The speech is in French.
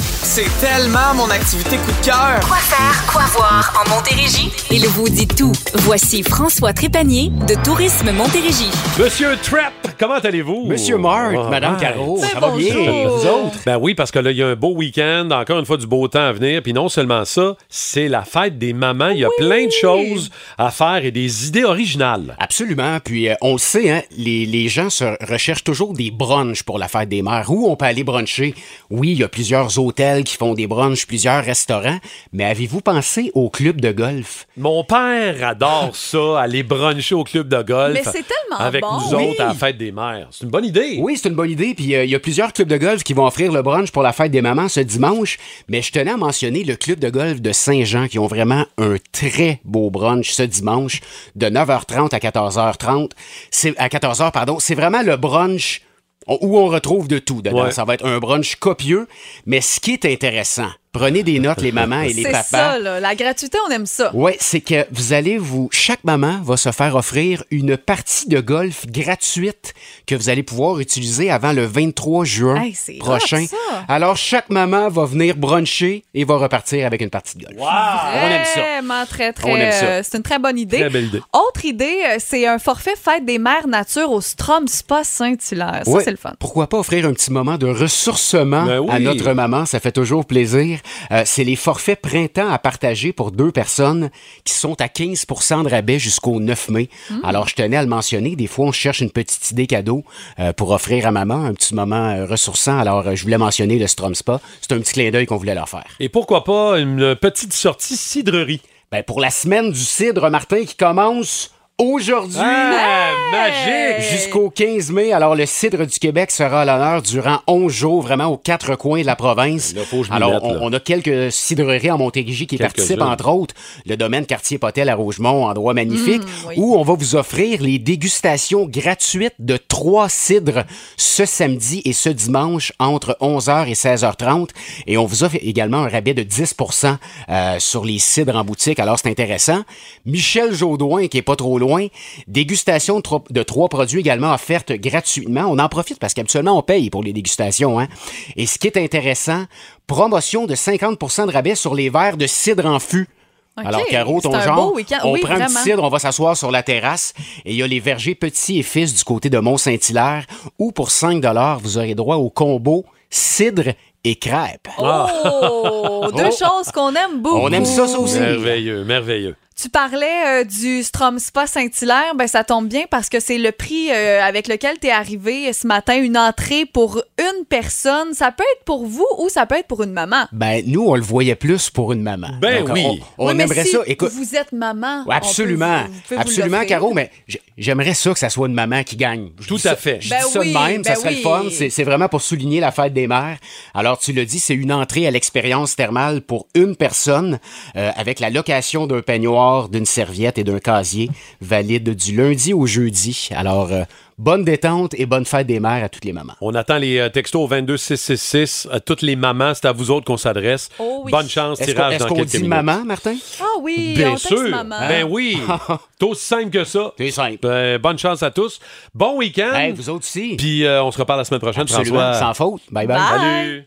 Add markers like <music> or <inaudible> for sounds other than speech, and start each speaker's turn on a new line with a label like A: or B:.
A: c'est tellement mon activité coup de cœur.
B: Quoi faire, quoi voir en Montérégie? Il vous dit tout. Voici François Trépanier de Tourisme Montérégie.
C: Monsieur Trapp, comment allez-vous?
D: Monsieur Mark,
C: Ah,
D: Madame
C: ouais.
D: Caro,
E: C'est
D: ça va bien.
E: bonjour.
D: Vous autres?
C: Ben oui, parce que là, il y a un beau week-end, encore une fois du beau temps à venir. Puis non seulement ça, c'est la fête des mamans. Il y a plein de choses à faire et des idées originales.
D: Absolument. Puis euh, on le sait, hein, les, les gens se recherchent toujours des brunchs pour la fête des mères. Où on peut aller bruncher? Oui, il y a plusieurs hôtels qui font des brunchs, plusieurs restaurants. Mais avez-vous pensé au club de golf?
C: Mon père adore ça, aller bruncher au club de golf.
E: Mais c'est tellement
C: Avec
E: bon.
C: nous
E: Oui.
C: autres à la fête des mères. C'est une bonne idée.
D: Oui, c'est une bonne idée. Puis euh, il y a plusieurs clubs de golf qui vont offrir le brunch pour la fête des mamans ce dimanche. Mais je tenais à mentionner le club de golf de Saint-Jean qui ont vraiment un très beau brunch ce dimanche de 9h30 à 14h30. C'est à 14h pardon, c'est vraiment le brunch on- où on retrouve de tout dedans.
C: Ouais.
D: Ça va être un brunch copieux, mais ce qui est intéressant, prenez des notes les mamans et les
E: C'est
D: papas.
E: ça, là. La gratuité, on aime ça.
D: Oui, c'est que vous allez vous. Chaque maman va se faire offrir une partie de golf gratuite que vous allez pouvoir utiliser avant le 23 juin
E: Hey, c'est
D: prochain.
E: hot, ça.
D: Alors, chaque maman va venir bruncher et va repartir avec une partie de golf. Ah, On aime ça.
E: Vraiment très, très.
D: On aime ça.
E: euh, c'est une très bonne idée.
C: Très belle idée.
E: Autre idée, euh, c'est un forfait fête des mères nature au Strom Spa Saint-Hilaire. Ça,
D: Ouais,
E: c'est le fun.
D: Pourquoi pas offrir un petit moment de ressourcement
C: Ben oui.
D: à notre maman? Ça fait toujours plaisir. Euh, c'est les forfaits printemps à partager pour deux personnes qui sont à 15 de rabais jusqu'au 9 mai.
E: Hmm.
D: Alors, je tenais à le mentionner. Des fois, on cherche une petite idée cadeau euh, pour offrir à maman un petit moment euh, ressourçant. Alors, euh, je voulais mentionner le Strom Spa. C'est un petit clin d'œil qu'on voulait leur faire.
C: Et pourquoi pas une petite sortie cidrerie.
D: Ben, pour la semaine du cidre, Martin, qui commence aujourd'hui.
C: Ah, magique!
D: Jusqu'au 15 mai, alors le cidre du Québec sera à l'honneur durant 11 jours, vraiment aux quatre coins de la province.
C: Là, faut que je m'y
D: alors,
C: mette, là.
D: on, on a quelques cidreries en Montérégie qui
C: Quelques-unes.
D: participent, entre autres, le domaine quartier Potel à Rougemont, endroit magnifique, où on va vous offrir les dégustations gratuites de trois cidres ce samedi et ce dimanche entre 11h et 16h30. Et on vous offre également un rabais de 10 euh, sur les cidres en boutique. Alors, c'est intéressant. Michel Jaudoin, qui est pas trop loin, dégustation de trois, de trois produits également offertes gratuitement. On en profite parce qu'habituellement, on paye pour les dégustations. Hein? Et ce qui est intéressant, promotion de 50 de rabais sur les verres de cidre en fût.
E: Ok,
D: Alors, Caro, ton
E: c'est un
D: genre,
E: beau week-end.
D: on
E: Oui,
D: prend un
E: vraiment.
D: petit cidre, on va s'asseoir sur la terrasse et il y a les vergers petits et fils du côté de Mont-Saint-Hilaire où pour 5 vous aurez droit au combo cidre et crêpes. <laughs>
E: Oh, deux choses qu'on aime beaucoup.
D: Ah. On aime ça, ça aussi.
C: Merveilleux, merveilleux.
E: Tu parlais euh, du Strom Spa Saint-Hilaire, ben ça tombe bien parce que c'est le prix euh, avec lequel tu es arrivé ce matin, une entrée pour une personne. Ça peut être pour vous ou ça peut être pour une maman.
D: Ben, nous, on le voyait plus pour une maman.
C: Ben oui.
D: On, on
E: Oui, mais
D: aimerait
E: si
D: ça. Écoute,
E: Vous êtes maman.
D: Ouais, Absolument.
E: on peut vous- vous pouvez vous
D: absolument,
E: l'offrir.
D: Caro, mais j- j'aimerais ça que ça soit une maman qui gagne. Je
C: Tout
D: dis ça-
C: à fait.
D: Je
E: Ben
D: dis ça
E: oui,
D: de même, ça
E: ben
D: serait
E: oui.
D: le fun. C'est c'est vraiment pour souligner la fête des mères. Alors, tu le dis, c'est une entrée à l'expérience thermale pour une personne euh, avec la location d'un peignoir, d'une serviette et d'un casier valide du lundi au jeudi. Alors, euh, bonne détente et bonne fête des mères à toutes les mamans.
C: On attend les euh, textos au 22666. À Euh, toutes les mamans, c'est à vous autres qu'on s'adresse.
E: Oh oui.
C: Bonne chance,
D: Est-ce qu'on
C: tirage
D: est-ce
C: dans
D: qu'on
C: quelques
D: dit
C: minutes.
D: maman, Martin?
E: Ah oui, on
C: Bien
E: texte
C: sûr.
E: maman.
C: Ben
D: <laughs>
C: oui. C'est aussi simple que ça.
D: C'est simple.
C: Ben, bonne chance à tous. Bon week-end.
D: Hey, vous autres aussi.
C: Puis euh, on se reparle la semaine prochaine, François.
D: Absolument, sans faute. Bye bye.
E: Bye.
C: Salut.